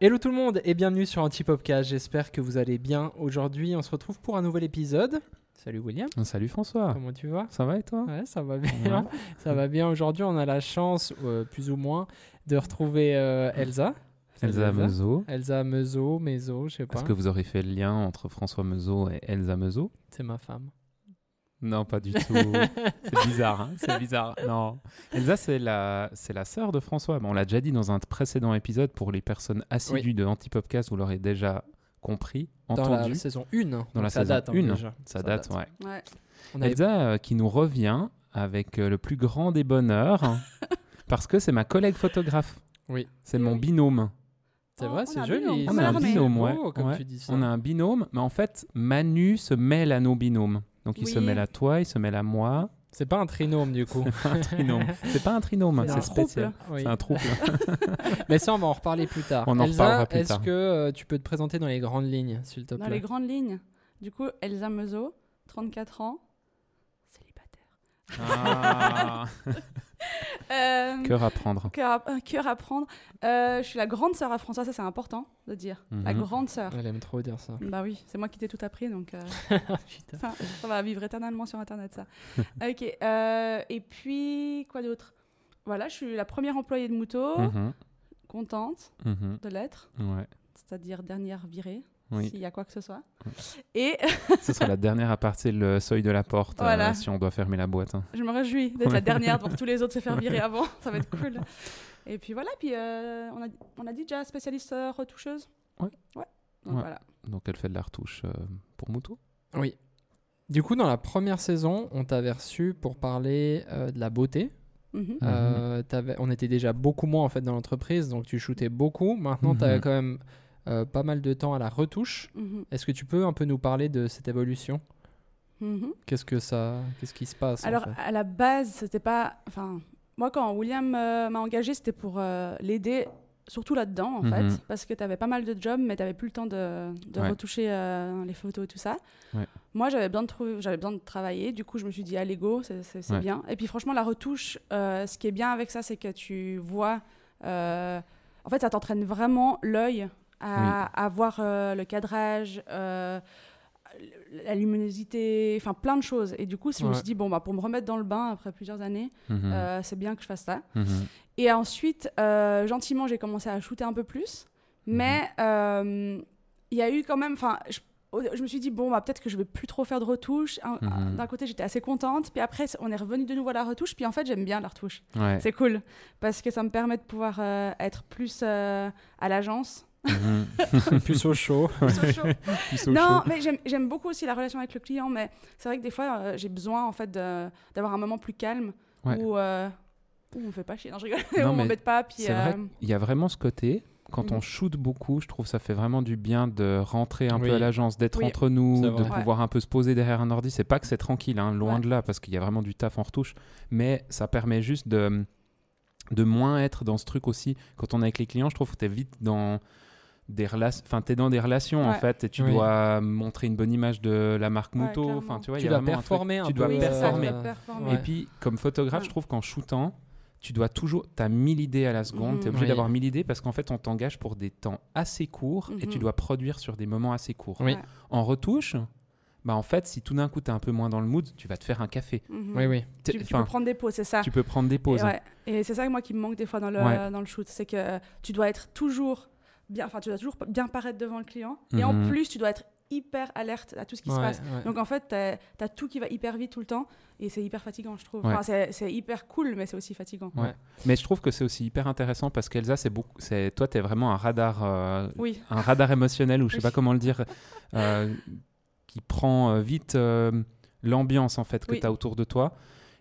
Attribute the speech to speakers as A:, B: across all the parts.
A: Hello tout le monde et bienvenue sur Antipopcast. J'espère que vous allez bien. Aujourd'hui, on se retrouve pour un nouvel épisode. Salut William,
B: Ah, Salut François.
A: comment tu vas
B: Ça va et toi
A: Ouais, ça va bien. Ça va bien. Aujourd'hui, on a la chance, euh, plus ou moins, de retrouver euh, Elsa. Salut
B: Elsa Meuseau.
A: Elsa Meuseau, Meuseau, je sais pas.
B: Est-ce que vous aurez fait le lien entre François Meuseau et Elsa Meuseau
A: C'est ma femme.
B: Non, pas du tout. c'est bizarre. hein, c'est bizarre. Non. Elsa, c'est la, c'est la sœur de François. Bon, on l'a déjà dit dans un précédent épisode pour les personnes assidues de Antipopcast, vous l'aurez déjà compris,
A: Dans la
B: entendu.
A: saison 1. Dans
B: la
A: ça
B: saison
A: date, hein,
B: une.
A: déjà.
B: Ça, date, ouais.
C: Ouais.
A: On avait-
B: Elsa euh, qui nous revient avec euh, le plus grand des bonheurs parce que c'est ma collègue photographe.
A: Oui.
B: C'est
C: Eh
B: mon
C: oui.
B: binôme.
A: C'est
C: Oh,
A: vrai,
C: on a
A: c'est
C: un
A: joli.
C: binôme.
B: On
A: ça.
B: a un
C: Armé.
B: binôme, ouais.
A: Oh, comme
B: ouais.
A: tu dis ça.
B: On a un binôme, mais en fait, Manu se mêle à nos binômes. Donc, il se
C: Oui.
B: mêle à toi, il se mêle à moi.
A: C'est pas un trinôme du coup.
B: Pas un trinôme. C'est pas un trinôme,
C: C'est
B: c'est
C: un
B: spécial.
C: trouble.
A: Oui.
B: C'est un trouble.
A: Mais ça, on va en reparler plus tard.
B: On en
A: Elsa,
B: reparlera plus
A: Est-ce
B: tard.
A: que euh, tu peux te présenter dans les grandes lignes, s'il te
C: Dans
A: plaît
C: les grandes lignes. Du coup, Elsa Meuseau, 34 ans, célibataire.
B: Ah,
C: Euh,
B: Cœur à prendre.
C: cœur à- euh, cœur à prendre. Euh, je suis la grande sœur à François, ça c'est important de dire. La
B: Mhm.
C: grande sœur.
A: Elle aime trop dire ça.
C: Bah oui, c'est moi qui t'ai tout appris, donc euh,
A: Putain.
C: ça, ça va vivre éternellement sur Internet, ça. ok, euh, et puis, quoi d'autre Voilà, je suis la première employée de Mouto,
B: Mhm,
C: contente
B: mhm,
C: de l'être,
B: ouais.
C: c'est-à-dire dernière virée,
B: Oui,
C: s'il y a quoi que ce soit. Et
B: ce sera la dernière à passer le seuil de la porte euh,
C: Voilà.
B: si on doit fermer la boîte. hein.
C: Je me réjouis d'être la dernière pour que tous les autres se faire virer avant. Ça va être cool. Et puis voilà, puis euh, on, a, on a dit déjà spécialiste euh, retoucheuse.
B: Ouais.
C: Ouais. Donc
B: Ouais.
C: voilà.
B: Donc, elle fait de la retouche euh, pour Moutou.
A: Oui. Du coup, dans la première saison, on t'avait reçu pour parler euh, de la beauté.
C: Mhm.
B: Mhm.
A: Euh, t'avais- on était déjà beaucoup moins en fait dans l'entreprise, donc tu shootais beaucoup. Maintenant,
B: Mhm.
A: tu avais quand même euh, pas mal de temps à la retouche.
B: Ah.
C: Mhm.
A: Est-ce que tu peux un peu nous parler de cette évolution
C: Mhm.
A: Qu'est-ce que ça, qu'est-ce qui se passe en
C: Alors
A: fait
C: à la base, c'était pas. Enfin, moi quand William euh, m'a engagée, c'était pour euh, l'aider surtout là-dedans en
B: Mhm.
C: fait. Parce que t'avais pas mal de jobs, mais t'avais plus le temps de, de
B: Ouais.
C: retoucher euh, les photos et tout ça.
B: Ouais.
C: Moi j'avais besoin, de trouver- j'avais besoin de travailler, du coup je me suis dit allez go, c'est c'est- c'est
B: Ouais.
C: bien. Et puis franchement, la retouche, euh, ce qui est bien avec ça, c'est que tu vois. euh, en fait, ça t'entraîne vraiment l'œil à, à voir euh, le cadrage. euh, la luminosité, enfin plein de choses. Et du coup, si je me
A: Ouais.
C: suis dit, bon, bah, pour me remettre dans le bain après plusieurs années,
B: Mhm,
C: euh, c'est bien que je fasse ça.
B: mhm.
C: Et ensuite, euh, gentiment, j'ai commencé à shooter un peu plus. Mais euh, il y a eu quand même. Enfin, je, au- je me suis dit, bon, bah, peut-être que je vais plus trop faire de retouches. Un- un-
B: Mhm.
C: D'un côté, j'étais assez contente. Puis après, on est revenu de nouveau à la retouche. Puis en fait, j'aime bien la retouche.
B: Ouais.
C: C'est cool. Parce que ça me permet de pouvoir euh, être plus euh, à l'agence.
B: Mhm.
A: Plus au chaud.
C: Plus au chaud.
B: Plus au
C: Non,
B: chaud.
C: mais j'aime- j'aime beaucoup aussi la relation avec le client, mais c'est vrai que des fois, euh, j'ai besoin en fait de- d'avoir un moment plus calme
B: Ouais.
C: où, euh, où on me fait pas chier. Non, je rigole,
B: Non,
C: où on
B: mais
C: m'embête pas. Puis,
B: C'est vrai
C: euh,
B: qu'il y a vraiment ce côté. Quand on
C: Mhm.
B: shoot beaucoup, je trouve ça fait vraiment du bien de rentrer un
A: Oui.
B: peu à l'agence, d'être
C: Oui.
B: entre
A: C'est
B: nous, de
A: vrai.
B: pouvoir un peu se poser derrière un ordi. C'est pas que c'est tranquille, hein, loin
C: Ouais.
B: de là, parce qu'il y a vraiment du taf en retouche. Mais ça permet juste de, de moins être dans ce truc aussi. Quand on est avec les clients, je trouve que t'es vite dans des relations. Enfin, t'es dans des relations en
C: Ouais.
B: fait, et tu
A: Oui.
B: dois montrer une bonne image de la marque
C: Ouais,
B: Mouto.
C: clairement.
B: Enfin, tu vois, il
A: Tu
B: y a
A: dois
B: vraiment un truc-
A: performer un,
B: tu
A: peu. euh,
B: dois
C: Oui, ça, tu dois
B: performer.
C: performer.
B: Et puis, comme photographe,
C: Ouais.
B: je trouve qu'en shootant, tu dois toujours. Tu as 1000 idées à la seconde,
C: Mhm.
B: tu es
A: Mm.
B: obligé
A: Oui.
B: d'avoir 1000 idées parce qu'en fait, on t'engage pour des temps assez courts et tu
C: Mhm.
B: dois produire sur des moments assez courts.
A: Oui.
C: Ouais.
B: En retouche, bah en fait, si tout d'un coup, tu es un peu moins dans le mood, tu vas te faire un café.
C: Mhm.
A: Oui, oui.
B: T'es-
C: Tu, tu
B: enfin,
C: peux prendre des pauses, c'est ça.
B: tu peux prendre des pauses.
C: Et, ouais. Et c'est ça, moi, qui me manque des fois dans le,
B: Ouais.
C: dans le shoot, c'est que euh, tu dois être toujours bien, enfin, tu dois toujours bien paraître devant le client. Et en
B: Mhm.
C: plus, tu dois être hyper alerte à tout ce qui se
A: Ouais,
C: passe.
A: ouais.
C: Donc en fait, t'as as tout qui va hyper vite tout le temps et c'est hyper fatigant, je trouve.
B: Ouais.
C: Enfin, c'est- c'est hyper cool, mais c'est aussi fatigant.
B: Ouais. Mais je trouve que c'est aussi hyper intéressant parce qu'Elsa, c'est beaucoup. c'est- Toi, tu es vraiment un radar, euh,
C: Oui.
B: un radar émotionnel ou je sais
C: Oui.
B: pas comment le dire, euh, qui prend euh, vite euh, l'ambiance en fait que
C: Oui.
B: tu as autour de toi.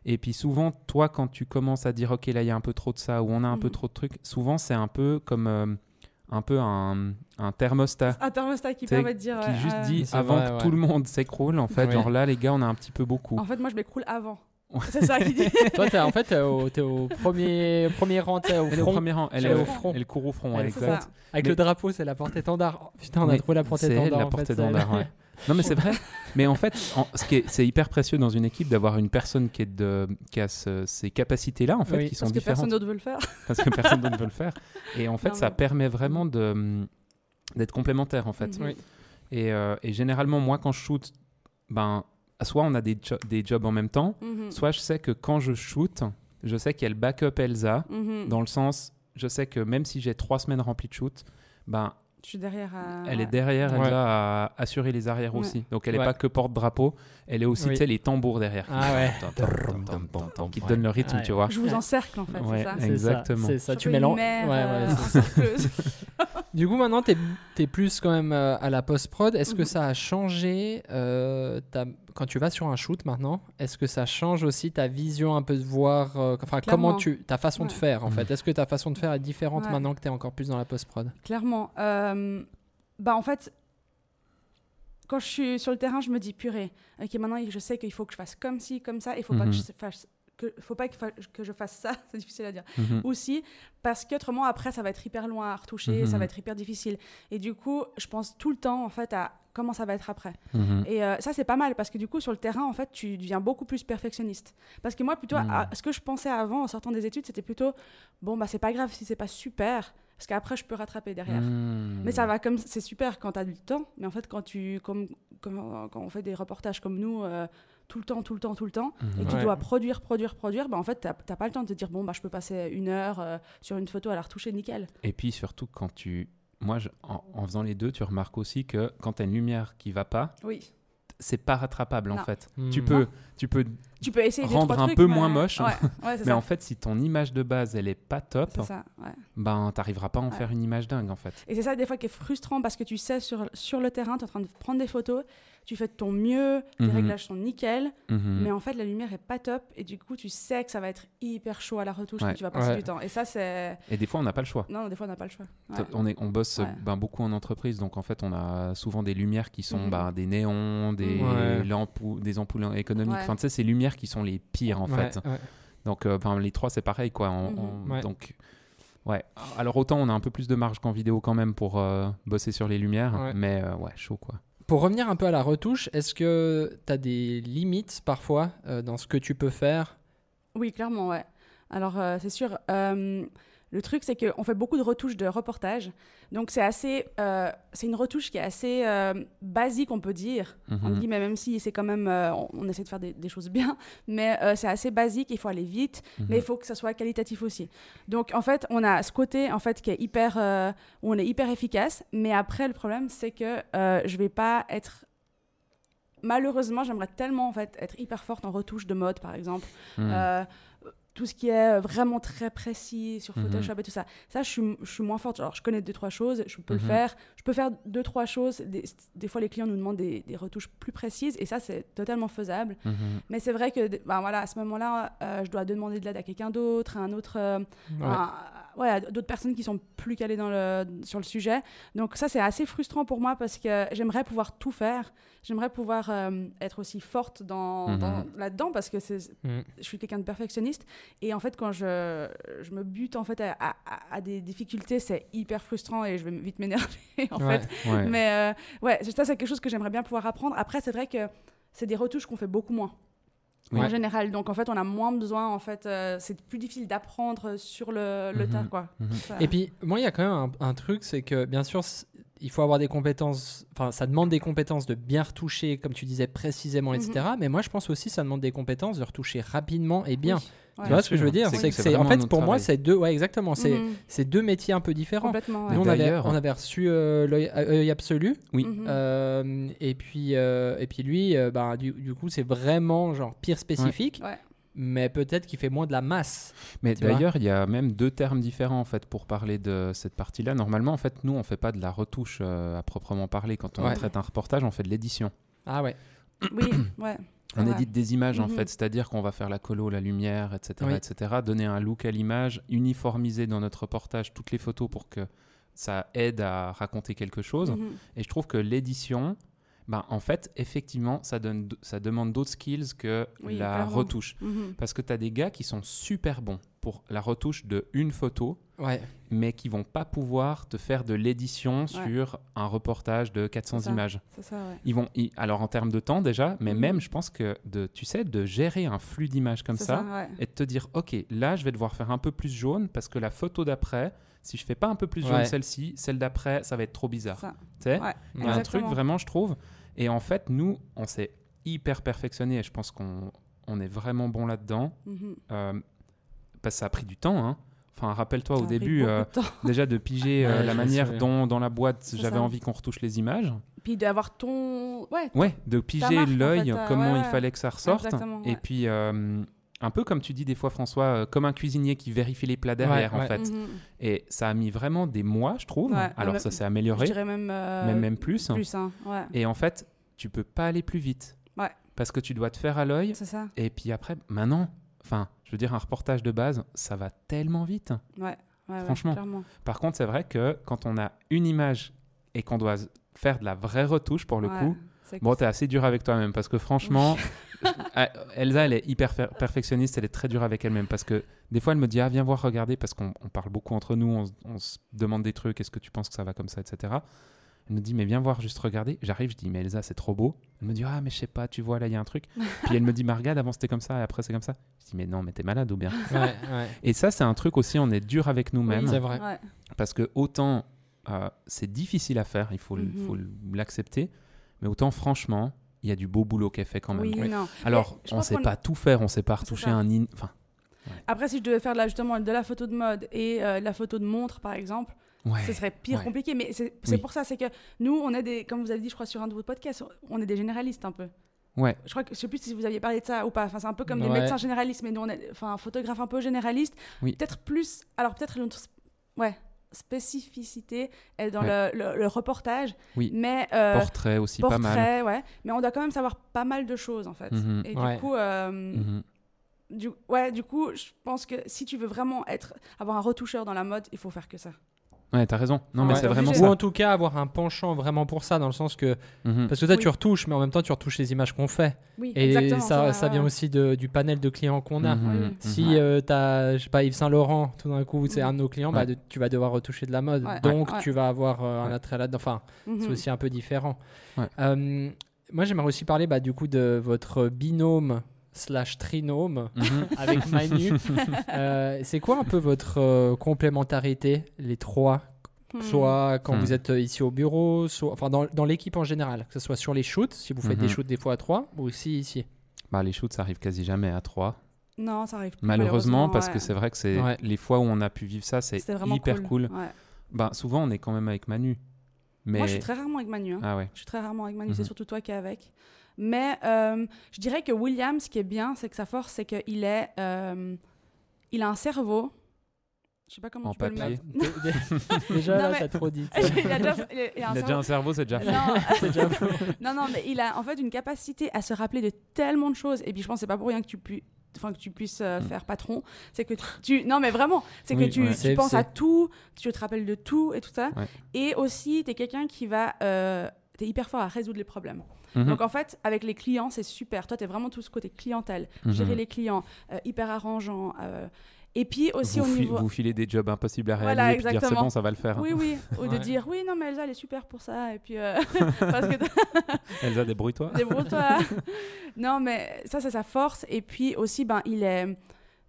B: Et puis souvent, toi, quand tu commences à dire ok là il y a un peu trop de ça ou on a un peu
C: Mhm.
B: trop de trucs, souvent c'est un peu comme euh, un peu un, un thermostat
C: Un thermostat qui
B: T'sais,
C: permet de dire.
B: qui
C: ouais,
B: juste
C: euh,
B: dit
A: C'est
B: avant
A: vrai,
B: que
A: ouais.
B: tout le monde s'écroule en fait,
A: Ouais.
B: genre là les gars on a un petit peu beaucoup.
C: En fait, moi, je m'écroule avant.
B: Ouais.
C: C'est ça qui dit.
A: Toi, t'es- en fait, t'es au, t'es au premier, premier rang, t'es au
B: Elle est au
A: front.
B: premier rang, elle
A: Elle
B: est
C: est
B: au
C: au
B: front,
A: front.
B: elle court au front,
A: Elle
B: ouais,
A: est au
C: C'est
B: exact.
C: ça.
A: Avec
B: Mais-
A: le drapeau, c'est la porte étendard. Oh, putain, on a
B: Mais
A: trouvé la porte
B: C'est elle,
A: étendard.
B: la
A: en
B: porte
A: fait, c'est
B: étendard,
A: elle.
B: ouais. Non, mais c'est vrai. Mais en fait, en- ce qui est- c'est hyper précieux dans une équipe d'avoir une personne qui, est de, qui a ce- ces capacités-là, en fait,
A: Oui,
B: qui sont
C: Parce que
B: différentes.
C: personne d'autre veut le faire.
B: Parce que personne d'autre veut le faire. Et en fait,
C: Non,
B: ça
C: mais-
B: permet vraiment de, d'être complémentaires en fait.
C: Mhm.
A: Oui.
B: Et, euh, et généralement, moi, quand je shoot, ben, soit on a des, jo- des jobs en même temps,
C: Mhm.
B: soit je sais que quand je shoot, je sais qu'il y a le backup Elsa,
C: Mhm.
B: dans le sens, je sais que même si j'ai trois semaines remplies de shoot, ben,
C: Je suis derrière. euh, à-
B: elle est derrière,
A: Ouais.
B: elle va à- assurer les arrières
C: Ouais.
B: aussi. Donc elle n'est
A: Ouais.
B: pas que porte-drapeau, elle est aussi,
A: Oui.
B: tu sais, les tambours derrière.
A: Ah ouais.
B: Qui te donnent le rythme,
A: Ouais.
B: tu vois.
C: Je vous encercle en fait,
B: Ouais.
C: c'est ça
A: C'est ça,
B: Exactement.
A: C'est
C: Je suis
A: ça,
C: un
A: tu
C: peu
A: mélanges.
C: une mère,
A: ouais,
C: euh,
A: ouais, c'est-
C: encercleuse.
A: Du coup, maintenant, t'es es plus quand même euh, à la post-prod. Est-ce que
C: Mhm.
A: ça a changé euh, ta- quand tu vas sur un shoot maintenant Est-ce que ça change aussi ta vision un peu de voir euh, Enfin,
C: Clairement.
A: comment tu. ta façon de
C: Ouais.
A: faire en
B: Mhm.
A: fait Est-ce que ta façon de faire est différente
C: Ouais.
A: maintenant que t'es encore plus dans la post-prod
C: Clairement. Euh, bah en fait, quand je suis sur le terrain, je me dis purée. Ok, maintenant je sais qu'il faut que je fasse comme ci, comme ça. Il faut pas que
B: Mhm.
C: je fasse que faut pas que, fa- que je fasse ça. C'est difficile à dire.
B: Mhm.
C: Aussi parce qu'autrement après ça va être hyper loin à retoucher, ça
B: Mhm.
C: va être hyper difficile. Et du coup, je pense tout le temps en fait à comment ça va être après.
B: Mhm.
C: Et euh, ça, c'est pas mal parce que du coup, sur le terrain, en fait, tu deviens beaucoup plus perfectionniste. Parce que moi, plutôt,
B: Mm.
C: à- ce que je pensais avant en sortant des études, c'était plutôt bon, bah, c'est pas grave si c'est pas super parce qu'après, je peux rattraper derrière.
B: Mhm.
C: Mais ça va comme c'est super quand t'as du temps, mais en fait, quand tu comme, comme- quand on fait des reportages comme nous euh, tout le temps, tout le temps, tout le temps,
B: Mhm.
C: et tu
A: Ouais.
C: dois produire, produire, produire, bah en fait, t'as t'as pas le temps de te dire bon, bah, je peux passer une heure euh, sur une photo à la retoucher, nickel.
B: Et puis surtout, quand tu. Moi, je- en, en faisant les deux, tu remarques aussi que quand tu as une lumière qui va pas,
C: Oui.
B: c'est pas rattrapable en
C: Non.
B: fait. Tu
A: Mhm.
B: peux, tu peux,
C: Tu peux essayer des
B: Rendre
C: trois
B: un
C: trucs,
B: peu
C: mais-
B: moins moche. hein.
C: Ouais, ouais, c'est
B: mais
C: ça.
B: en fait, si ton image de base elle est pas top,
C: C'est ça, ouais.
B: ben t'arriveras pas à en
C: Ouais.
B: faire une image dingue en fait.
C: Et c'est ça des fois qui est frustrant parce que tu sais sur, sur le terrain, tu es en train de prendre des photos, tu fais de ton mieux, tes
B: Mhm.
C: réglages sont nickel,
B: Mhm.
C: mais en fait la lumière est pas top et du coup tu sais que ça va être hyper chaud à la retouche
B: Ouais.
C: et tu vas passer
A: Ouais.
C: du temps. Et ça c'est...
B: Et des fois, on n'a pas le choix.
C: Non, non, des fois on n'a pas le choix. Ouais.
B: T'as- On, est, on bosse
C: Ouais.
B: ben, beaucoup en entreprise, donc en fait, on a souvent des lumières qui sont
C: Mhm.
B: ben, des néons, des,
A: Ouais.
B: lampou- des ampoules économiques.
C: Ouais.
B: Enfin, tu sais, ces lumières qui sont les pires en
A: Ouais,
B: fait.
A: ouais.
B: Donc, euh, ben, les trois, c'est pareil, quoi. On-
C: Mhm.
B: on-
A: Ouais.
B: Donc, ouais. Alors, autant on a un peu plus de marge qu'en vidéo quand même pour euh, bosser sur les lumières,
A: Ouais.
B: mais euh, ouais, chaud, quoi.
A: Pour revenir un peu à la retouche, est-ce que tu as des limites parfois euh, dans ce que tu peux faire
C: Oui, clairement, ouais. Alors, euh, c'est sûr. euh, le truc, c'est qu'on fait beaucoup de retouches de reportage. Donc, c'est assez. euh, c'est une retouche qui est assez euh, basique, on peut dire.
B: Mhm.
C: On dit, mais même si c'est quand même. euh, on, on essaie de faire des, des choses bien. Mais euh, c'est assez basique, il faut aller vite. Mais il faut que ça soit qualitatif aussi. Donc, en fait, on a ce côté en fait, qui est hyper. euh, où on est hyper efficace. Mais après, le problème, c'est que euh, je vais pas être. Malheureusement, j'aimerais tellement en fait, être hyper forte en retouche de mode, par exemple.
B: Mhm.
C: Euh, tout ce qui est euh, vraiment très précis sur Photoshop et tout ça. Ça, je suis, je suis moins forte. Genre, je connais deux, trois choses, je peux
B: Mhm.
C: le faire. Je peux faire deux, trois choses. Des, des fois, les clients nous demandent des, des retouches plus précises et ça, c'est totalement faisable.
B: Mhm.
C: Mais c'est vrai que ben voilà, à ce moment-là, euh, je dois demander de l'aide à quelqu'un d'autre, à un autre. euh,
A: Ouais.
C: à- ouais, à d'autres personnes qui sont plus calées dans le, sur le sujet. Donc ça, c'est assez frustrant pour moi parce que j'aimerais pouvoir tout faire. J'aimerais pouvoir euh, être aussi forte dans,
B: Mhm.
C: dans- là-dedans parce que c'est,
A: Mhm.
C: je suis quelqu'un de perfectionniste. Et en fait, quand je, je me bute en fait à, à- à des difficultés, c'est hyper frustrant et je vais vite m'énerver en
A: Ouais.
C: fait.
B: Ouais.
C: Mais euh, ouais, ça, c'est quelque chose que j'aimerais bien pouvoir apprendre. Après, c'est vrai que c'est des retouches qu'on fait beaucoup moins. En
B: Ouais.
C: général, donc en fait, on a moins besoin, en fait, euh, c'est plus difficile d'apprendre sur le, le
B: Mhm.
C: tas, quoi.
B: Mhm.
C: Ça-
A: Et puis, moi, il y a quand même un, un truc, c'est que bien sûr, c- il faut avoir des compétences. Enfin, ça demande des compétences de bien retoucher, comme tu disais précisément,
C: Mhm.
A: etc. Mais moi, je pense aussi, ça demande des compétences de retoucher rapidement et bien.
C: Oui, ouais.
A: Tu vois ce que je veux dire
B: C'est que
A: C'est que
B: c'est
A: c'est en
B: vraiment
A: fait
B: notre
A: pour moi,
B: travail.
A: c'est deux. Ouais, exactement. C'est
C: Mhm.
A: c'est deux métiers un peu différents.
C: complètement. ouais.
A: Nous, on
B: Mais
A: avait,
B: d'ailleurs-
A: on avait reçu euh, l'œil Œil absolu.
B: Oui.
C: Mhm.
A: euh, et puis, euh, et puis lui, euh, bah, du, du coup, c'est vraiment genre pire spécifique,
C: Ouais.
A: mais peut-être qu'il fait moins de la masse.
B: Mais
A: Tu vois
B: d'ailleurs, il y a même deux termes différents en fait pour parler de cette partie-là. Normalement, en fait, nous, on fait pas de la retouche euh, à proprement parler. Quand on
A: Ouais.
B: traite un reportage, on fait de l'édition.
A: Ah ouais.
C: Oui, ouais.
B: On
C: Ouais.
B: édite des images en
C: Mhm.
B: fait, c'est-à-dire qu'on va faire la colo, la lumière, etc.,
A: Oui.
B: etc. Donner un look à l'image, uniformiser dans notre reportage toutes les photos pour que ça aide à raconter quelque chose.
C: Mhm.
B: Et je trouve que l'édition, ben, en fait, effectivement, ça, donne, ça demande d'autres skills que
C: Oui,
B: la
C: clairement.
B: retouche.
C: Mhm.
B: Parce que tu as des gars qui sont super bons pour la retouche de une photo,
A: Ouais.
B: mais qui vont pas pouvoir te faire de l'édition sur un reportage de 400
C: C'est ça.
B: images.
C: C'est ça, ouais.
B: Ils vont, ils- alors en termes de temps déjà, mais
C: Mhm.
B: même je pense que de, tu sais, de gérer un flux d'images comme
C: C'est
B: ça,
C: ouais.
B: et de te dire, ok, là je vais devoir faire un peu plus jaune parce que la photo d'après, si je fais pas un peu plus jaune
A: Ouais.
B: celle-ci, celle d'après, ça va être trop bizarre.
C: Ça.
B: Tu sais
C: Ouais,
B: Il y a un truc
C: exactement.
B: vraiment, je trouve. Et en fait, nous, on s'est hyper perfectionné et je pense qu'on on est vraiment bon là-dedans.
C: Mhm.
B: Euh, parce que ça a pris du temps. hein. Enfin, rappelle-toi
C: Ça
B: au
C: a pris
B: début,
C: beaucoup
B: euh,
C: de temps.
B: déjà de piger euh,
A: Ouais, je
B: la
A: me
B: manière
A: souviens.
B: dont dans la boîte
C: C'est
B: j'avais
C: ça.
B: envie qu'on retouche les images.
C: Puis d'avoir ton. Ouais,
B: Ouais, de piger
C: marque, en
B: l'œil,
C: fait, euh,
B: comment
C: ouais,
B: il
C: ouais.
B: fallait que ça ressorte.
C: Exactement,
B: Et
C: ouais.
B: puis, euh, un peu comme tu dis des fois, François, euh, comme un cuisinier qui vérifie les plats derrière,
A: Ouais,
B: en
A: ouais.
B: fait.
C: mhm.
B: Et ça a mis vraiment des mois, je trouve.
C: Ouais,
B: Alors,
C: mais-
B: ça s'est
C: je
B: amélioré,
C: dirais même. euh,
B: même, même plus.
C: Plus, hein. ouais.
B: Et en fait, tu peux pas aller plus vite.
C: Ouais.
B: Parce que tu dois te faire à l'œil.
C: C'est ça,
B: Et puis après, maintenant, enfin, je veux dire, un reportage de base, ça va tellement vite.
C: ouais. ouais, ouais,
B: Franchement.
C: clairement.
B: Par contre, c'est vrai que quand on a une image et qu'on doit faire de la vraie retouche pour le
C: Ouais,
B: coup,
C: c'est-
B: bon, t'es assez dur avec toi-même parce que franchement, euh, Elsa, elle est hyper fer- perfectionniste, elle est très dure avec elle-même parce que des fois, elle me dit Ah, viens voir, regarder, parce qu'on on parle beaucoup entre nous, on, se- on se demande des trucs, est-ce que tu penses que ça va comme ça, etc. Elle me dit, mais viens voir, juste regarder. J'arrive, je dis, mais Elsa, c'est trop beau. Elle me dit, ah, mais je sais pas, tu vois, là, il y a un truc. Puis elle me dit, mais regarde, avant c'était comme ça, et après c'est comme ça. Je dis, mais non, mais t'es malade ou bien.
A: ouais, ouais.
B: Et ça, c'est un truc aussi, on est dur avec nous-mêmes.
A: C'est vrai.
C: Ouais.
B: Parce que autant euh, c'est difficile à faire, il faut l-
C: Mhm.
B: faut l'accepter, mais autant franchement, il y a du beau boulot qui est fait quand même.
C: Oui,
A: Oui.
C: non.
B: Alors,
C: Mais je
B: on ne
C: pense
B: sait
C: qu'on-
B: pas tout faire, on ne sait pas
C: C'est
B: retoucher
C: ça.
B: un... in- Enfin,
C: Après, si je devais faire de la- justement de la photo de mode et euh, de la photo de montre, par exemple,
B: ouais.
C: ce serait pire
B: ouais.
C: compliqué. Mais c'est c'est
B: Oui.
C: pour ça, c'est que nous, on est des, comme vous avez dit, je crois, sur un de vos podcasts, on est des généralistes un peu.
B: Ouais.
C: Je crois que je sais plus si vous aviez parlé de ça ou pas. Enfin, c'est un peu comme des
A: Ouais.
C: médecins généralistes, mais nous, on est, enfin, un photographe un peu généraliste.
B: Oui.
C: Peut-être plus. Alors peut-être notre, sp- ouais, spécificité est dans
B: Ouais.
C: le, le- le reportage.
B: Oui.
C: Mais euh,
B: Portrait aussi,
C: portrait,
B: pas mal.
C: ouais. Mais on doit quand même savoir pas mal de choses en fait.
B: Mhm.
C: Et
A: Ouais.
C: du coup. euh,
B: Mhm.
C: du, ouais, du coup, je pense que si tu veux vraiment être, avoir un retoucheur dans la mode, il faut faire que ça.
B: Ouais, t'as raison. Non, mais
A: Ouais.
B: c'est vraiment
A: Ou
B: ça.
A: en tout cas avoir un penchant vraiment pour ça, dans le sens que
B: Mhm.
A: parce que toi
C: Oui.
A: tu retouches, mais en même temps tu retouches les images qu'on fait.
C: Oui,
A: Et
C: exactement.
A: ça,
C: ouais,
A: ça
C: ouais,
A: vient
C: ouais.
A: aussi de- du panel de clients qu'on a.
B: Mhm.
C: Ouais.
A: Si
B: Mhm.
A: euh, t'as, je sais pas, Yves Saint Laurent, tout d'un coup, c'est
C: Mhm.
A: un de nos clients, bah,
B: Ouais.
A: de- tu vas devoir retoucher de la mode.
C: Ouais.
A: Donc,
C: Ouais.
A: tu vas avoir euh, un
B: Ouais.
A: attrait là-dedans. Enfin, c'est
C: Mhm.
A: aussi un peu différent.
B: Mm. Ouais.
A: Euh, moi, j'aimerais aussi parler bah, du coup de votre binôme slash trinôme
B: Mhm.
A: avec Manu. Euh, c'est quoi un peu votre euh, complémentarité, les trois
C: Hmm.
A: Soit quand
B: Hmm.
A: vous êtes euh, ici au bureau, soit enfin dans, dans l'équipe en général, que ce soit sur les shoots, si vous faites des
B: Mhm.
A: shoots des fois à trois, ou aussi ici.
B: Bah, les shoots, ça arrive quasi jamais à trois.
C: Non, ça arrive plus,
B: Malheureusement, parce que
C: ouais.
B: c'est vrai que c'est
A: Ouais.
B: les fois où on a pu vivre ça, c'est
C: C'était vraiment
B: hyper cool.
C: Ouais.
B: Bah, souvent, on est quand même avec Manu. Mais...
C: Moi, je suis très rarement avec Manu. hein.
B: Ah ouais.
C: Je suis très rarement avec Manu, c'est
B: Mhm.
C: surtout toi qui es avec. Mais euh, je dirais que William, ce qui est bien, c'est que sa force, c'est qu'il est, euh, il a un cerveau. Je sais pas comment
B: En
C: tu peux
B: papier.
C: le
A: Dé- dé- Déjà, là,
C: Non, Bah, mais-
A: t'as trop dit.
C: mettre. il a déjà, il a- il a un
B: Il a
C: cerveau-
B: déjà un cerveau, c'est déjà fait.
C: Non,
A: C'est
B: Mhm.
A: déjà faux.
C: Non, non, mais il a en fait une capacité à se rappeler de tellement de choses. Et puis je pense que c'est pas pour rien que tu puisses. Enfin, que tu puisses euh,
B: Mm.
C: faire patron, c'est que tu- tu. Non, mais vraiment, c'est
B: Oui,
C: que tu,
B: ouais.
C: tu
A: C'est-
C: penses à
A: c'est-
C: tout, tu te rappelles de tout et tout ça.
B: Ouais.
C: Et aussi, tu es quelqu'un qui va. Euh, tu es hyper fort à résoudre les problèmes.
B: Mhm.
C: Donc en fait, avec les clients, c'est super. Toi, tu es vraiment tout ce côté clientèle, gérer
B: Mhm.
C: les clients, euh, hyper arrangeant. euh, Et puis aussi
B: vous,
C: au
B: fi-
C: niveau.
B: vous filez des jobs impossibles à réaliser
C: Voilà,
B: et puis dire c'est
C: exactement.
B: bon, ça va le faire. hein.
C: Oui, oui. Ou de
A: Ouais.
C: dire, oui, non, mais Elsa, elle est super pour ça. Et puis. euh, parce que
B: Elsa, débrouille-toi.
C: Débrouille-toi. non, mais ça, c'est sa force. Et puis aussi, ben, il est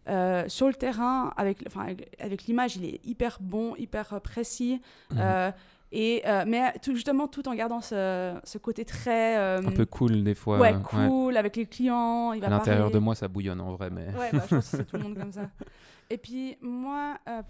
C: euh, sur le terrain, avec, enfin, avec- avec l'image, il est hyper bon, hyper euh, précis.
B: Mhm.
C: euh, et, euh, mais tout, justement, tout en gardant ce, ce côté très. euh,
B: Un peu cool des fois.
C: ouais,
B: euh, ouais.
C: cool, avec les clients. Il va
B: À l'intérieur de
C: parler.
B: moi, ça bouillonne en vrai, mais.
C: Ouais, bah, je pense que c'est tout le monde comme ça. Et puis, moi. euh,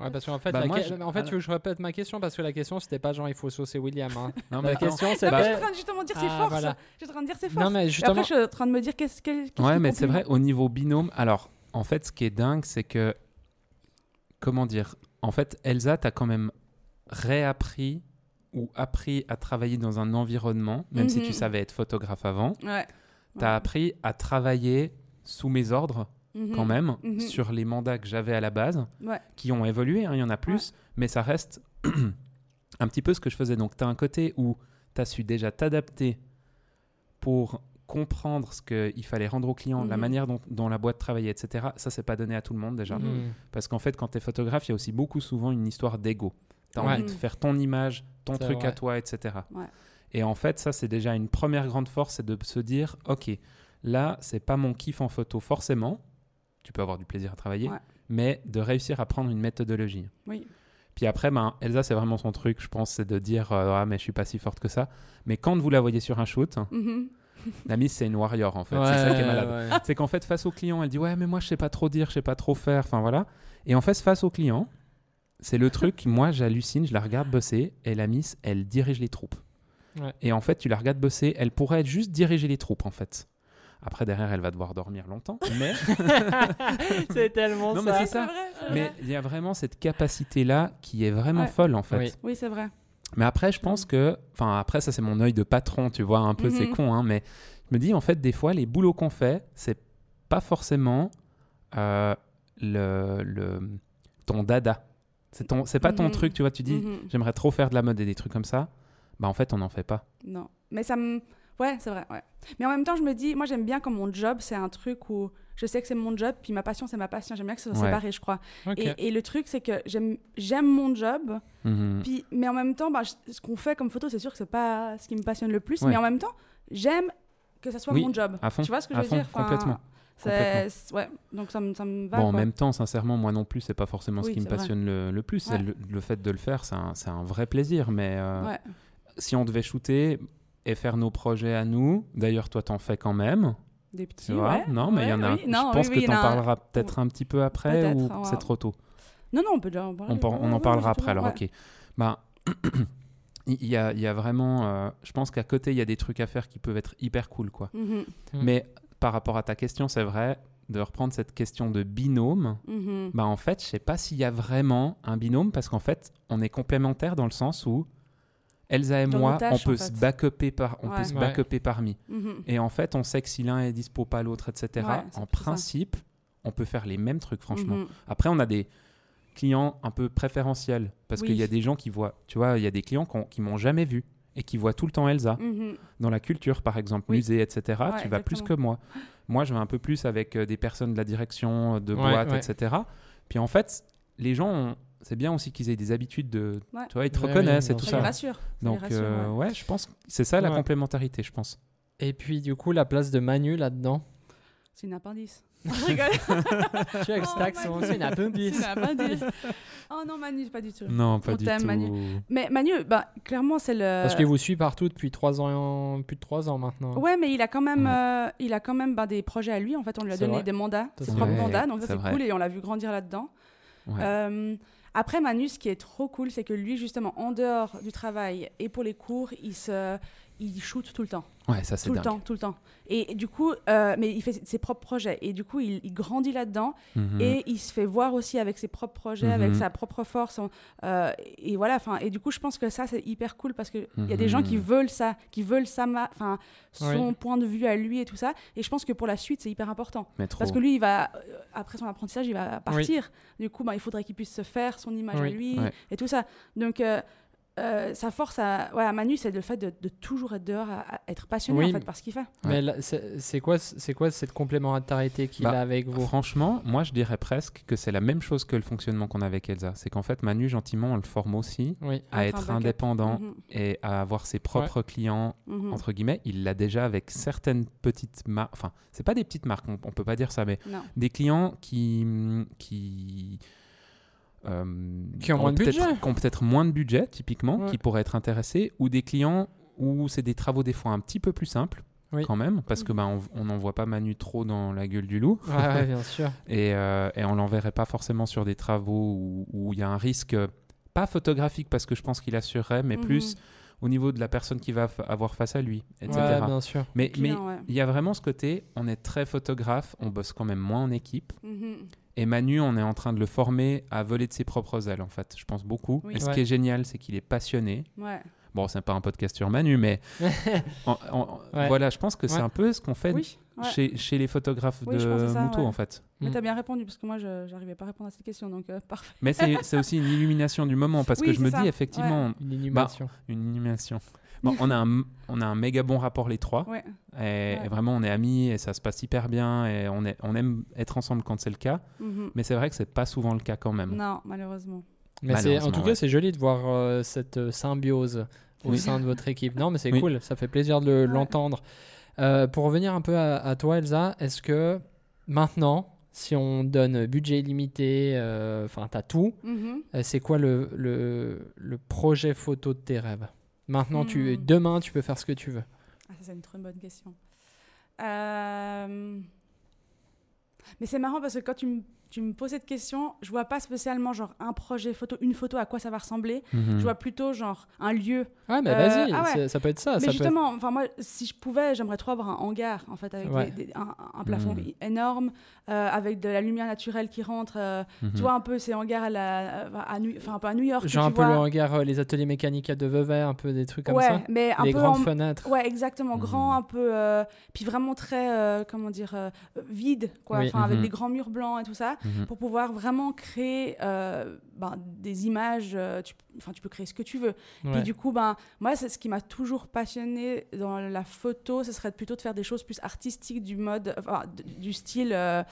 A: Ouais, parce qu'en fait,
B: Bah,
A: la
B: moi,
A: que-
B: je-
A: en fait
B: alors-
A: tu veux que je répète ma question parce que la question c'était pas genre il faut saucer William. hein.
B: Non,
C: Bah,
A: La
B: mais attends.
A: question c'était.
C: non, je suis en train de justement de dire ses
A: Ah,
C: forces.
A: voilà.
C: Je suis en train de dire ses forces.
A: Non, mais
C: Et après,
A: justement.
C: je suis en train de me dire qu'est-ce qu'elle. qu'est-ce
B: Ouais,
C: qui
B: mais c'est
C: complimente.
B: vrai, au niveau binôme, alors, en fait, ce qui est dingue, c'est que. Comment dire En fait, Elsa, t'as quand même réappris ou appris à travailler dans un environnement, même si
C: Mhm.
B: tu savais être photographe avant.
C: Ouais.
B: T'as appris à travailler sous mes ordres,
C: Mhm.
B: quand même,
C: Mhm.
B: sur les mandats que j'avais à la base.
C: Ouais.
B: qui ont évolué, hein, il y en a plus, mais ça reste un petit peu ce que je faisais. Donc, tu as un côté où tu as su déjà t'adapter pour comprendre ce qu'il fallait rendre au client, la
C: Mhm.
B: manière dont, dont la boîte travaillait, etc. Ça, c'est pas donné à tout le monde déjà.
C: Mhm.
A: Hmm.
B: Parce qu'en fait, quand tu es photographe, il y a aussi beaucoup souvent une histoire d'ego. Tu as
A: Ouais.
B: envie de faire ton image, ton
A: C'est
B: truc à
A: vrai.
B: toi, etc.
C: Ouais.
B: Et en fait, ça, c'est déjà une première grande force, c'est de se dire, OK, là, c'est pas mon kiff en photo forcément. Tu peux avoir du plaisir à travailler,
C: Ouais.
B: mais de réussir à prendre une méthodologie.
C: Oui.
B: Puis après, ben, Elsa, c'est vraiment son truc, je pense, c'est de dire euh, Ah, mais je suis pas si forte que ça. Mais quand vous la voyez sur un shoot,
C: Mhm.
B: Ah, la miss, c'est une warrior en fait.
A: Ouais,
B: c'est ça qui est malade.
A: ouais.
B: C'est qu'en fait, face au client, elle dit Ouais, mais moi, je sais pas trop dire, je sais pas trop faire. Enfin voilà. Et en fait, face au client, c'est le truc, moi, j'hallucine, je la regarde bosser, et la miss, elle dirige les troupes.
A: Ouais.
B: Et en fait, tu la regardes bosser, elle pourrait juste diriger les troupes en fait. Après, derrière, elle va devoir dormir longtemps. Mais.
A: c'est tellement
B: Non, mais
A: ça.
B: c'est ça. Ah,
C: vrai, c'est
B: Mais
C: vrai.
B: il y a vraiment cette capacité-là qui est vraiment
C: Ouais.
B: folle en fait.
A: Oui.
C: Oui, c'est vrai.
B: Mais après, je pense que, enfin après ça c'est mon œil de patron, tu vois, un peu c'est
C: Mhm.
B: con, hein, mais je me dis en fait des fois les boulots qu'on fait, c'est pas forcément euh, le, le- ton dada. C'est ton, c'est pas ton
C: Mhm.
B: truc, tu vois. Tu dis
C: Mhm.
B: j'aimerais trop faire de la mode et des trucs comme ça. Bah en fait on n'en fait pas.
C: Non. Mais ça me. Ouais, c'est vrai. Ouais. Mais en même temps, je me dis, moi, j'aime bien quand mon job, c'est un truc où je sais que c'est mon job, puis ma passion, c'est ma passion. J'aime bien que ce soit
B: Ouais.
C: séparé, je crois.
A: Ok.
C: Et, et le truc, c'est que j'aime j'aime mon job,
B: Mhm.
C: puis, mais en même temps, bah, je- ce qu'on fait comme photo, c'est sûr que c'est pas ce qui me passionne le plus,
B: Ouais.
C: mais en même temps, j'aime que ça soit
B: Oui,
C: mon job.
B: à fond,
C: tu vois ce que
B: à
C: je veux
B: fond,
C: dire Enfin,
B: complètement,
C: c'est-
B: complètement.
C: c'est- Ouais, donc ça me, ça me va.
B: bon, en
C: quoi.
B: même temps, sincèrement, moi non plus, c'est pas forcément ce
C: Oui,
B: qui me
C: c'est vrai.
B: passionne le, le plus. C'est
C: Ouais.
B: Le, le fait de le faire, c'est un, c'est un vrai plaisir. Mais euh,
C: Ouais.
B: si on devait shooter et faire nos projets à nous, d'ailleurs, toi, t'en fais quand même,
C: Des
B: tu
C: petits.
B: vois
C: ouais,
B: Non, mais il y
C: ouais,
B: en a.
C: oui, non,
B: je pense
C: oui, oui,
B: que
C: il y en
B: t'en
C: a-
B: parleras peut-être un petit peu après
C: Peut-être,
B: ou
C: ouais.
B: c'est trop tôt.
C: Non, non, on peut déjà en parler.
B: On, par- on
C: Ouais,
B: en
C: ouais,
B: parlera après.
C: justement,
B: Alors,
C: ouais.
B: ok. Ben, il y a, il y a vraiment. euh, je pense qu'à côté, il y a des trucs à faire qui peuvent être hyper cool, quoi.
C: Mhm,
A: Mm.
B: Mais par rapport à ta question, c'est vrai de reprendre cette question de binôme.
C: mhm.
B: Bah en fait, je sais pas s'il y a vraiment un binôme parce qu'en fait, on est complémentaires dans le sens où Elsa et
C: Dans
B: moi,
C: nos tâches,
B: on peut
C: en
B: se
C: fait.
B: back-upper par, on peut
C: Ouais.
B: se
A: Ouais.
B: back-upper parmi.
C: Mhm.
B: Et en fait, on sait que si l'un est dispo pas l'autre, etc.
C: Ouais, c'est
B: en
C: plus ça.
B: principe, on peut faire les mêmes trucs, franchement.
C: Mhm.
B: Après, on a des clients un peu préférentiels parce
C: Oui.
B: qu'il y a des gens qui voient, tu vois, il y a des clients qu'on- qui m'ont jamais vu et qui voient tout le temps Elsa
C: Mhm.
B: dans la culture, par exemple,
C: Oui.
B: musée, etc., tu vas
C: exactement.
B: plus que moi. Moi, je vais un peu plus avec euh, des personnes de la direction, euh, de
A: Ouais,
B: boîte,
A: ouais.
B: etc. Puis en fait, les gens, ont- c'est bien aussi qu'ils aient des habitudes de.
C: Ouais.
B: Tu vois, ils te
A: Ouais,
B: reconnaissent
A: oui,
B: et
A: bien
B: tout
A: sûr.
C: Ça les
B: ça.
C: rassure. ça les
B: Donc,
C: rassure,
B: euh,
C: ouais.
B: ouais. je pense que c'est ça la
A: Ouais.
B: complémentarité, je pense.
A: Et puis du coup, la place de Manu là-dedans.
C: C'est une appendice. Je rigole.
A: tu sais, avec
C: Oh
A: Stax,
C: my
A: on c'est une
C: C'est
A: appendice. Mm.
C: une appendice. Oh non, Manu, pas du tout.
B: Non,
C: pas On du t'aime, tout. Manu. Mais Manu, bah, clairement, c'est le.
A: Parce qu'il vous suit partout depuis trois ans, plus de 3 ans maintenant.
C: Ouais, mais il a quand même,
B: Ouais.
C: euh, il a quand même bah, des projets à lui. En fait, on lui a
A: Mm. C'est
C: donné
A: vrai.
C: des mandats,
A: Ça,
C: ses
A: c'est
C: propres
A: vrai.
C: mandats. Donc ça,
B: C'est
C: c'est
B: vrai.
C: cool et on l'a vu grandir là-dedans.
B: Ouais.
C: Euh, après, Manu, ce qui est trop cool, c'est que lui, justement, en dehors du travail et pour les cours, il se, il shoot tout le temps,
B: Ouais, ça, c'est
C: tout le
B: dingue.
C: temps, tout le temps. Et du coup, euh, mais il fait ses propres projets et du coup, il, il grandit là-dedans
B: Mhm.
C: et il se fait voir aussi avec ses propres projets, avec
B: Mhm.
C: sa propre force. en- euh, et voilà, enfin, et du coup, je pense que ça, c'est hyper cool parce qu'il il y a des gens qui
B: Mhm.
C: veulent ça, qui veulent ça, enfin, son
A: Oui.
C: point de vue à lui et tout ça. Et je pense que pour la suite, c'est hyper important.
B: Mais trop.
C: Parce que lui, il va, euh, après son apprentissage, il va partir. Du coup, ben, il faudrait qu'il puisse se faire son image à
A: Oui.
C: lui
B: Ouais.
C: et tout ça. Donc, euh, euh, sa force à, ouais, à Manu, c'est le fait de, de toujours être dehors, à, à être passionné
A: Oui,
C: en fait
A: mais-
C: par ce qu'il fait.
A: Mais là, c'est c'est quoi, c'est quoi cette complémentarité qu'il
B: Bah,
A: a avec vous
B: Franchement, moi, je dirais presque que c'est la même chose que le fonctionnement qu'on a avec Elsa. C'est qu'en fait, Manu, gentiment, on le forme aussi
A: Oui.
B: à
C: Être un
B: être
C: backup.
B: indépendant
C: Mhm,
B: et à avoir ses propres clients
A: Mm.
C: mhm.
B: entre guillemets, il l'a déjà avec certaines petites marques. Enfin, c'est pas des petites marques, on, on peut pas dire ça, mais
C: Non.
B: des clients qui mm, qui euh,
A: Qui ont moins de
B: peut-être-
A: budget.
B: qui ont peut-être moins de budget typiquement,
A: Ouais.
B: qui pourraient être intéressés, ou des clients où c'est des travaux des fois un petit peu plus simples
A: Oui. Mm.
B: quand même, parce que
C: Mhm.
B: bah, on- on n'en voit pas Manu trop dans la gueule du loup,
A: Ouais, ouais, bien sûr.
B: et, euh, et on l'enverrait pas forcément sur des travaux où- où il y a un risque euh, pas photographique parce que je pense qu'il assurerait, mais
C: Mhm.
B: plus au niveau de la personne qui va fa- avoir face à lui, etc.
A: Ouais, bien sûr.
B: Mais, mais
C: Client, ouais.
B: il y a vraiment ce côté, on est très photographe, on bosse quand même moins en équipe.
C: Mhm.
B: Et Manu, on est en train de le former à voler de ses propres ailes, en fait, je pense beaucoup.
C: Oui.
B: Et ce
A: Ouais.
B: qui est génial, c'est qu'il est passionné.
C: Ouais.
B: Bon, c'est pas un podcast sur Manu, mais en- en-
A: Ouais.
B: voilà, je pense que c'est
A: Ouais.
B: un peu ce qu'on fait
C: Oui, ouais.
B: chez, chez les photographes
C: Oui,
B: de
C: je pense que c'est ça,
B: Moutou,
C: ouais.
B: en fait.
C: Mais
A: Mm.
C: t'as bien répondu parce que moi, je j'arrivais pas à répondre à cette question, donc euh, parfait.
B: Mais c'est c'est aussi une illumination du moment, parce que
C: Oui,
B: je me
C: c'est ça.
B: dis, effectivement,
A: Une illumination.
B: une illumination. Bon, on, a un, on a un méga bon rapport, les trois.
C: Ouais.
B: Et,
C: Ouais.
B: et vraiment, on est amis, et ça se passe hyper bien, et on, est, on aime être ensemble quand c'est le cas.
C: Mhm.
B: Mais c'est vrai que c'est pas souvent le cas quand même.
C: Non, malheureusement.
A: Mais c'est- en tout
B: Malheureusement,
A: cas,
B: ouais.
A: c'est joli de voir euh, cette euh, symbiose au
B: Oui.
A: sein de votre équipe. Non, mais c'est
B: Oui.
A: cool, ça fait plaisir de le-
C: Ouais.
A: l'entendre. Euh, pour revenir un peu à, à toi, Elsa, est-ce que maintenant, si on donne budget illimité, euh, enfin, t'as tout.
C: Mhm.
A: Euh, C'est quoi le, le, le projet photo de tes rêves Maintenant, tu,
C: Hmm.
A: demain, tu peux faire ce que tu veux.
C: Ah, ça, c'est une trop bonne question. Euh, Mais c'est marrant parce que quand tu me, tu me poses cette question, je vois pas spécialement genre un projet photo, une photo, à quoi ça va ressembler.
A: Mhm. Mm.
C: Je vois plutôt genre un lieu.
A: Ah, mais
C: Euh,
A: vas-y,
C: ah ouais.
A: c'est- ça peut être ça. ça
C: Mais
A: peut
C: justement, enfin moi, si je pouvais, j'aimerais trop avoir un hangar en fait avec
A: Ouais. Mm.
C: des- des- un, un plafond
B: Mhm.
C: énorme, euh, avec de la lumière naturelle qui rentre. euh,
B: Mhm.
C: Tu vois un peu ces hangars à, la, à, New, enfin, un peu à New York.
A: être-
C: que
A: Mm. Genre
C: tu
A: un peu le
C: vois.
A: hangar, euh, les ateliers mécaniques à De Vevey, un peu des trucs comme
C: ouais,
A: ça.
C: mais un
A: les
C: peu
A: grandes
C: en-
A: fenêtres. Mmh.
C: Ouais, exactement, grand,
B: Mhm.
C: un peu, euh, puis vraiment très, euh, comment dire, euh, vide, quoi,
A: Oui. Mmh.
C: enfin, avec
B: Mhm.
C: des grands murs blancs et tout ça,
B: Mhm.
C: pour pouvoir vraiment créer euh, ben, des images, euh, tu, enfin, tu peux créer ce que tu veux.
A: Ouais.
C: Puis du coup, ben, moi, c'est ce qui m'a toujours passionné dans la photo, ce serait plutôt de faire des choses plus artistiques du mode, enfin, d- du style, euh,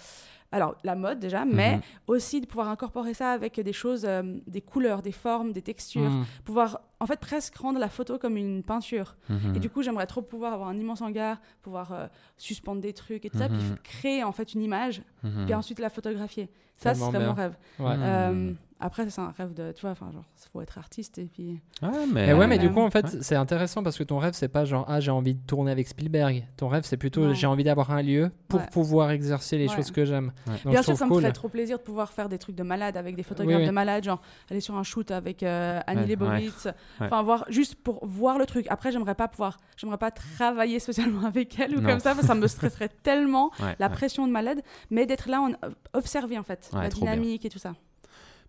C: alors la mode déjà, mais
A: Mmh.
B: Mhm.
C: aussi de pouvoir incorporer ça avec des choses, euh, des couleurs, des formes, des textures,
A: Hmm.
C: pouvoir en fait presque rendre la photo comme une peinture.
B: Mhm.
C: Et du coup, j'aimerais trop pouvoir avoir un immense hangar, pouvoir euh, suspendre des trucs et tout ça, puis
B: Mhm.
C: f- créer en fait une image,
B: Mhm.
C: puis ensuite la photographier. Ça, ce
A: Tellement
C: serait
A: bien.
C: mon rêve.
A: Ouais.
B: Mhm.
C: Euh, après, c'est un rêve de, tu vois, enfin, genre, faut être artiste et puis.
B: Ah, mais,
A: Et Eh ouais, mais
C: Euh,
A: du coup, en fait,
B: ouais.
A: c'est intéressant parce que ton rêve, c'est pas genre, ah, j'ai envie de tourner avec Spielberg. Ton rêve, c'est plutôt,
C: Non.
A: j'ai envie d'avoir un lieu pour
C: Ouais.
A: pouvoir exercer les
C: Ouais.
A: choses que j'aime.
B: Ouais.
A: Donc,
C: Bien
A: je
C: sûr,
A: trouve
C: ça me
A: cool.
C: ferait trop plaisir de pouvoir faire des trucs de malade avec des photographes
A: Oui, oui.
C: de malade, genre aller sur un shoot avec euh, Annie
B: Ouais,
C: Leibovitz, enfin voir juste pour voir le truc. Après, j'aimerais pas pouvoir, j'aimerais pas travailler spécialement avec elle ou
B: Non.
C: comme ça, parce que ça me stresserait tellement
B: Ouais,
C: la
B: ouais.
C: pression de malade, mais d'être là, on observer en fait
B: Ouais,
C: la
B: trop bien.
C: dynamique et tout ça.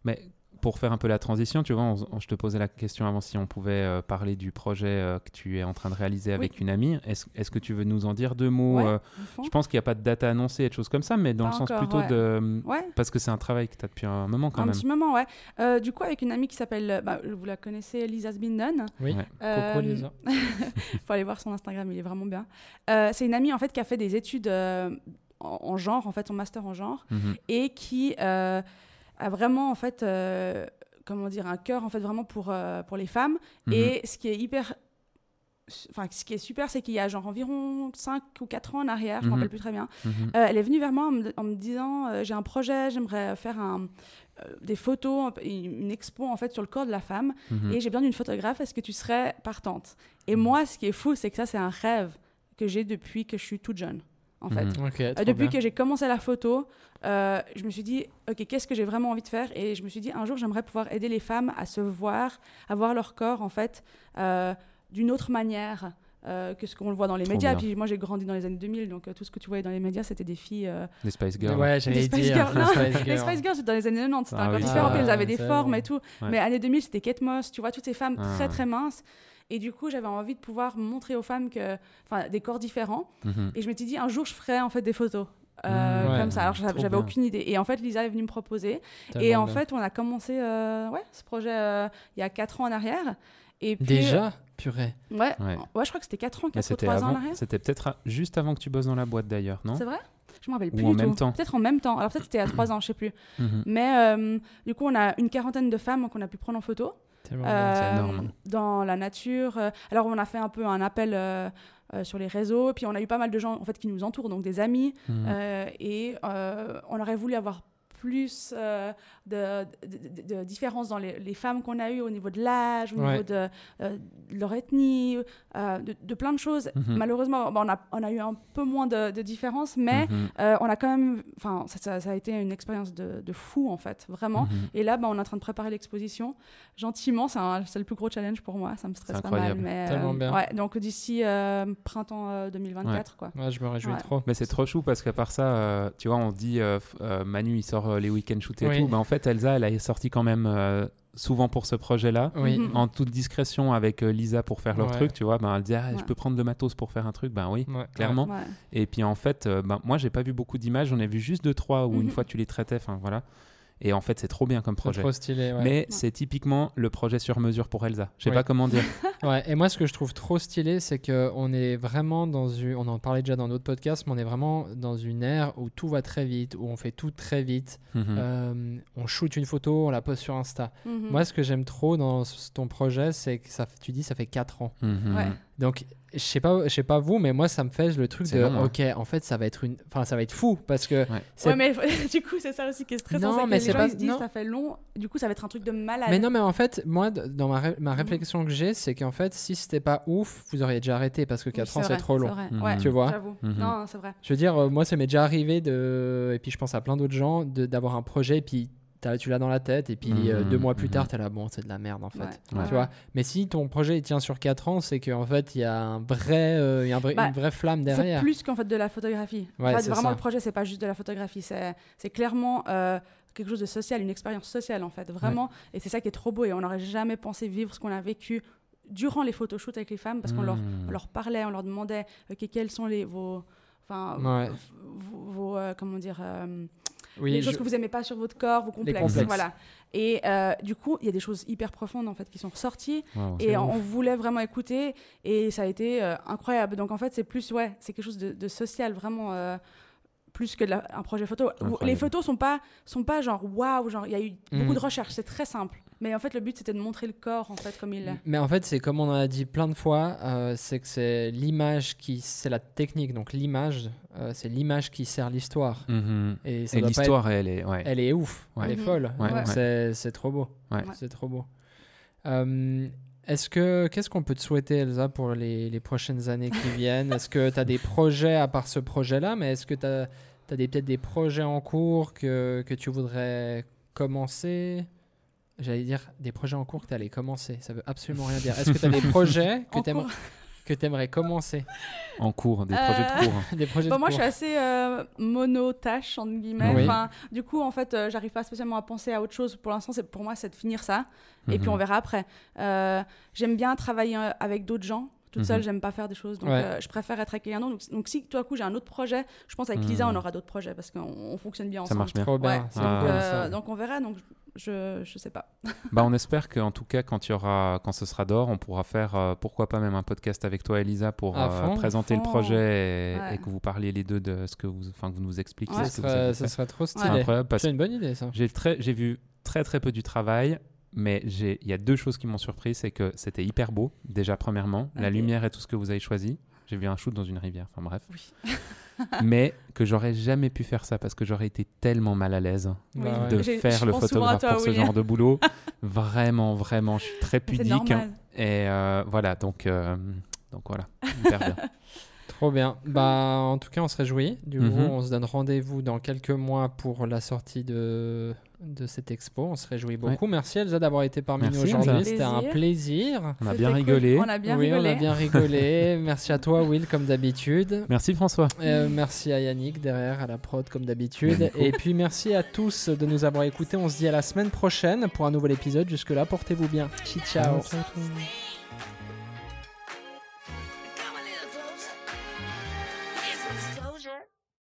B: Mais pour faire un peu la transition, tu vois, on- on- je te posais la question avant si on pouvait euh, parler du projet euh, que tu es en train de réaliser avec une amie. Est-ce est-ce que tu veux nous en dire deux mots
C: Ouais,
B: euh,
C: au fond.
B: Je pense qu'il n'y a pas de date à annoncer et de choses comme ça, mais dans
C: Pas
B: le sens
C: encore,
B: plutôt
C: ouais.
B: de...
C: Ouais.
B: Parce que c'est un travail que tu as depuis un moment quand
C: un
B: même.
C: petit moment, ouais. Euh, du coup, avec une amie qui s'appelle, euh, bah, vous la connaissez, Lisa Sbinden.
A: Oui.
B: Ouais.
A: Coco,
C: Euh,
A: Lisa.
C: faut aller voir son Instagram, il est vraiment bien. Euh, c'est une amie en fait qui a fait des études euh, en, en genre, en fait son master en genre,
B: Mhm.
C: et qui euh, a vraiment en fait, euh, comment dire, un cœur en fait vraiment pour euh, pour les femmes.
B: Mhm.
C: Et ce qui est hyper Enfin, ce qui est super, c'est qu'il y a genre environ 5 ou 4 ans en arrière, je ne
B: Mhm.
C: me rappelle plus très bien,
B: Mhm.
C: euh, elle est venue vers moi en me, en me disant euh, j'ai un projet, j'aimerais faire un- euh, des photos, un peu- une une expo en fait sur le corps de la femme
B: Mhm.
C: et j'ai besoin d'une photographe. Est-ce que tu serais partante Et
B: Mhm.
C: moi, ce qui est fou, c'est que ça, c'est un rêve que j'ai depuis que je suis toute jeune, en fait.
B: Mhm.
A: Ok,
C: Euh,
A: trop bien.
C: depuis que j'ai commencé la photo, euh, je me suis dit, ok, qu'est-ce que j'ai vraiment envie de faire Et je me suis dit, un jour, j'aimerais pouvoir aider les femmes à se voir, à voir leur corps, en fait, euh, d'une autre manière. euh, que ce qu'on le voit dans les
B: Trop
C: médias.
B: bien.
C: Puis moi, j'ai grandi dans les années 2000, donc euh, tout ce que tu voyais dans les médias, c'était des filles. euh,
B: Les Spice Girls.
A: Ouais, j'allais
C: Les Spice
A: dire.
C: Girls,
A: Spice
C: non, Les
A: Girls.
C: Spice Girls, c'était dans les années 90, c'était
B: hein, Ah
C: encore
B: oui.
C: différent.
A: Ah,
C: puis elles avaient des
A: c'est
C: formes
A: bon.
C: et tout.
B: Ouais.
C: Mais années 2000, c'était Kate Moss, tu vois, toutes ces femmes
B: Ah.
C: très très minces. Et du coup, j'avais envie de pouvoir montrer aux femmes que, enfin, des corps différents.
B: Mhm.
C: Et je m'étais dit, un jour, je ferai en fait des photos. euh,
A: Mmh, ouais.
C: comme ça, alors
B: Trop
C: j'avais j'avais
B: bien.
C: aucune idée. Et en fait, Lisa est venue me proposer. et
A: Tellement
C: en
A: bien.
C: fait, on a commencé euh, ouais, ce projet euh, il y a 4 ans en arrière. Et puis, euh,
A: Déjà Purée.
C: ouais,
B: Ouais.
C: ouais. je crois que c'était 4 ans,
B: Mais
C: 4 ou
B: c'était
C: 3 ans en
B: avant,
C: arrière.
B: c'était peut-être à- juste avant que tu bosses dans la boîte d'ailleurs, non
C: C'est vrai Je me rappelle
B: Ou
C: plus.
B: en
C: du
B: même
C: tout.
B: temps.
C: Peut-être en même temps. Alors peut-être c'était à 3 ans, je sais plus.
B: Mhm.
C: Mais euh, du coup, on a une quarantaine de femmes qu'on a pu prendre en photo.
A: Tellement
C: euh,
A: bien.
B: c'est énorme.
C: Dans la nature. Euh, Alors, on a fait un peu un appel euh, euh, sur les réseaux. Puis, on a eu pas mal de gens en fait, qui nous entourent, donc des amis.
A: Mm.
B: Mhm.
C: Euh, et euh, on aurait voulu avoir plus euh, de, de, de- de différences dans les, les femmes qu'on a eues au niveau de l'âge, au
A: Ouais.
C: niveau de, euh, de leur ethnie, euh, de, de plein de choses.
B: Mhm.
A: Mm.
C: Malheureusement, bah, on, a, on a eu un peu moins de, de différences, mais
B: Mhm.
A: Mm-hmm.
C: euh, on a quand même. Enfin, ça, ça- ça a été une expérience de, de fou, en fait, vraiment.
A: Mm-hmm.
B: Mhm.
C: Et là, bah, on est en train de préparer l'exposition. Gentiment, c'est un- c'est le plus gros challenge pour moi. Ça me stresse
B: C'est
C: pas mal.
B: incroyable.
C: Mais, euh,
A: Tellement bien.
C: ouais, donc d'ici euh, printemps euh, 2024, quoi.
A: Ouais, je me réjouis
C: Ouais.
A: trop.
B: Mais c'est trop chou parce qu'à part ça, euh, tu vois, on dit euh, f- euh, Manu il sort euh, les week-ends shoot et
A: Oui.
B: tout. Mais en fait, Elsa, elle est sortie quand même euh, souvent pour ce projet-là.
A: Oui.
C: Mhm.
B: En toute discrétion avec euh, Lisa pour faire leur
A: Ouais.
B: truc, tu vois, ben, elle disait Ah, je
C: Ouais.
B: peux prendre le matos pour faire un truc, ben oui,
A: Ouais.
B: clairement.
C: Ouais.
B: Et puis en fait, euh, ben, moi j'ai pas vu beaucoup d'images, j'en ai vu juste deux trois où une
C: Mhm.
B: fois tu les traitais, enfin voilà. Et en fait, c'est trop bien comme
A: C'est
B: projet.
A: Trop stylé. Ouais.
B: Mais c'est typiquement le projet sur mesure pour Elsa. Je sais
A: Oui.
B: pas comment dire.
A: Ouais, et moi, ce que je trouve trop stylé, c'est que on est vraiment dans une. On en parlait déjà dans d'autres podcasts, mais on est vraiment dans une ère où tout va très vite, où on fait tout très vite.
B: Mhm.
A: Euh, on shoot une photo, on la poste sur Insta.
C: Mhm.
A: Moi, ce que j'aime trop dans ce- ton projet, c'est que ça, tu dis ça fait 4 ans.
B: Mhm.
C: Ouais.
A: Donc, je sais pas, je sais pas vous, mais moi, ça me fait le truc
B: C'est
A: de,
B: long, hein.
A: ok, en fait, ça va être une, enfin, ça va être fou parce que
B: Ouais.
A: c'est-
C: Ouais, mais du coup, c'est ça aussi qui est stressant.
A: Non,
C: c'est que
A: mais
C: les
A: c'est
C: gens,
A: pas-
C: ils se disent,
A: non.
C: ça fait long. Du coup, ça va être un truc de malade.
A: Mais non, mais en fait, moi, d- dans ma, ré- ma réflexion que j'ai, c'est qu'en fait, si c'était pas ouf, vous auriez déjà arrêté parce que 4 ans, c'est trop long.
B: Mhm.
C: Ouais,
A: Tu vois
C: J'avoue.
B: Mhm.
C: Non, c'est vrai.
A: Je veux dire, euh, moi, ça m'est déjà arrivé de. Et puis, je pense à plein d'autres gens, de- d'avoir un projet, et puis t'as- tu l'as dans la tête, et puis euh,
B: Mhm,
A: deux mois plus
B: mhm.
A: tard, t'es là, bon, c'est de la merde, en fait.
C: Ouais.
A: Tu vois Mais si ton projet il tient sur 4 ans, c'est qu'en fait, il y a, un vrai, euh, il y a un vrai-
C: Bah,
A: une vraie flamme
C: C'est
A: derrière.
C: plus qu'en fait de la photographie. En
A: Ouais,
C: fait,
A: c'est
C: vraiment,
A: ça.
C: le projet, c'est pas juste de la photographie. C'est c'est clairement euh, quelque chose de social, une expérience sociale, en fait. Vraiment. Et c'est ça qui est trop beau. Et on n'aurait jamais pensé vivre ce qu'on a vécu durant les photoshoots avec les femmes parce qu'on
A: Mhm.
C: leur,
B: Mhm.
C: on leur parlait, on leur demandait OK, quels sont les, vos. Enfin,
A: Ouais.
C: vos, vos, euh, comment dire. euh,
A: Oui,
C: les choses
A: je-
C: que vous aimez pas sur votre corps, vos complexes,
A: complexes.
C: voilà. Et euh, du coup, il y a des choses hyper profondes en fait qui sont ressorties
B: Wow.
A: C'est
C: et on
A: ouf.
C: voulait vraiment écouter et ça a été euh, incroyable. Donc en fait, c'est plus ouais, c'est quelque chose de, de social vraiment. euh, plus que de la- un projet photo. Où
B: Incroyable.
C: Les photos sont pas sont pas genre waouh, genre il y a eu
A: Mm.
C: beaucoup de recherches, c'est très simple. Mais en fait le but c'était de montrer le corps en fait comme il est.
A: Mais en fait, c'est comme on en a dit plein de fois, euh, c'est que c'est l'image qui, c'est la technique, donc l'image, euh, c'est l'image qui sert l'histoire.
B: Mhm.
A: Et, ça
B: Et
A: doit pas
B: l'histoire, elle est. ouais.
A: être- elle est ouf,
B: Ouais.
A: elle est
C: Mhm.
A: folle.
B: Ouais,
A: Donc
B: ouais.
A: C'est, c'est trop beau.
B: Ouais.
A: C'est trop beau. Euh, est-ce que, qu'est-ce qu'on peut te souhaiter, Elsa, pour les, les prochaines années qui viennent Est-ce que tu as des projets à part ce projet-là, mais est-ce que tu as des, peut-être des projets en cours que, que tu voudrais commencer J'allais dire des projets en cours que tu allais commencer. Ça veut absolument rien dire. Est-ce que tu as des projets que
C: En
A: tu aimerais
C: cours.
A: que t'aimerais commencer
B: En cours, des
C: Euh,
B: projets de cours.
A: Des projets
C: Bon,
A: de
C: Bah, moi, je
A: cours.
C: suis assez euh, mono-tâche, entre guillemets.
A: Oui.
C: Enfin, du coup, en fait, euh, j'arrive pas spécialement à penser à autre chose. Pour l'instant, c'est pour moi, c'est de finir ça. Et
B: Mhm.
C: puis, on verra après. Euh, j'aime bien travailler euh, avec d'autres gens. Toute seule,
B: Mhm.
C: j'aime pas faire des choses. Donc,
A: Ouais.
C: euh, je préfère être avec quelqu'un d'autre. Donc, donc, si tout à coup, j'ai un autre projet, je pense avec Lisa,
B: Mhm.
C: on aura d'autres projets parce qu'on on fonctionne bien
B: Ça
C: ensemble.
B: marche bien.
A: Trop bien,
C: Ouais.
A: c'est
B: Ah.
C: Donc,
A: cool,
C: euh,
A: ça.
C: donc, on verra. Donc, je, je sais pas.
B: Bah, on espère qu'en tout cas, quand, il y aura, quand ce sera d'or, on pourra faire, euh, pourquoi pas même un podcast avec toi, Elisa, pour
A: À
B: euh,
A: fond.
B: présenter le
C: Fond.
B: projet et,
C: Ouais.
B: et que vous parliez les deux de ce que vous, enfin, que vous nous expliquiez.
C: Ouais.
B: ce
A: Ce
B: que vous
A: serait,
B: avez fait.
A: ce serait trop
B: C'est
A: stylé.
B: incroyable parce
A: C'est une bonne idée, ça.
B: J'ai très, j'ai vu très très peu du travail, mais j'ai, il y a deux choses qui m'ont surpris, c'est que c'était hyper beau déjà premièrement, la
C: Ok.
B: lumière et tout ce que vous avez choisi. J'ai vu un shoot dans une rivière, enfin bref.
C: Oui.
B: mais que j'aurais jamais pu faire ça parce que j'aurais été tellement mal à l'aise
C: Oui.
A: Bah ouais.
B: de
C: J'ai- je
B: faire le
C: pense souvent à
B: photographe
C: toi,
B: pour ce
C: William.
B: genre de boulot. vraiment, vraiment, je suis très
C: C'est
B: pudique.
C: normal.
B: Et euh, voilà, donc, euh, donc voilà, hyper bien.
A: Trop bien. Bah, en tout cas, on se réjouit. Du
B: Mhm.
A: coup, on se donne rendez-vous dans quelques mois pour la sortie de, de cette expo. On se réjouit beaucoup. Merci Elsa d'avoir été parmi nous
B: Merci,
A: aujourd'hui.
B: Elsa.
A: C'était un
C: Plaisir.
A: plaisir.
B: On a
C: C'était
B: bien
C: cool.
B: rigolé.
C: On a bien
A: oui,
C: rigolé.
A: on a bien rigolé. merci à toi, Will, comme d'habitude.
B: Merci François.
A: Euh, merci à Yannick derrière, à la prod, comme d'habitude.
B: Nico.
A: Et puis merci à tous de nous avoir écoutés. On se dit à la semaine prochaine pour un nouvel épisode. Jusque-là, portez-vous bien. Ciao. ciao.
B: Ciao.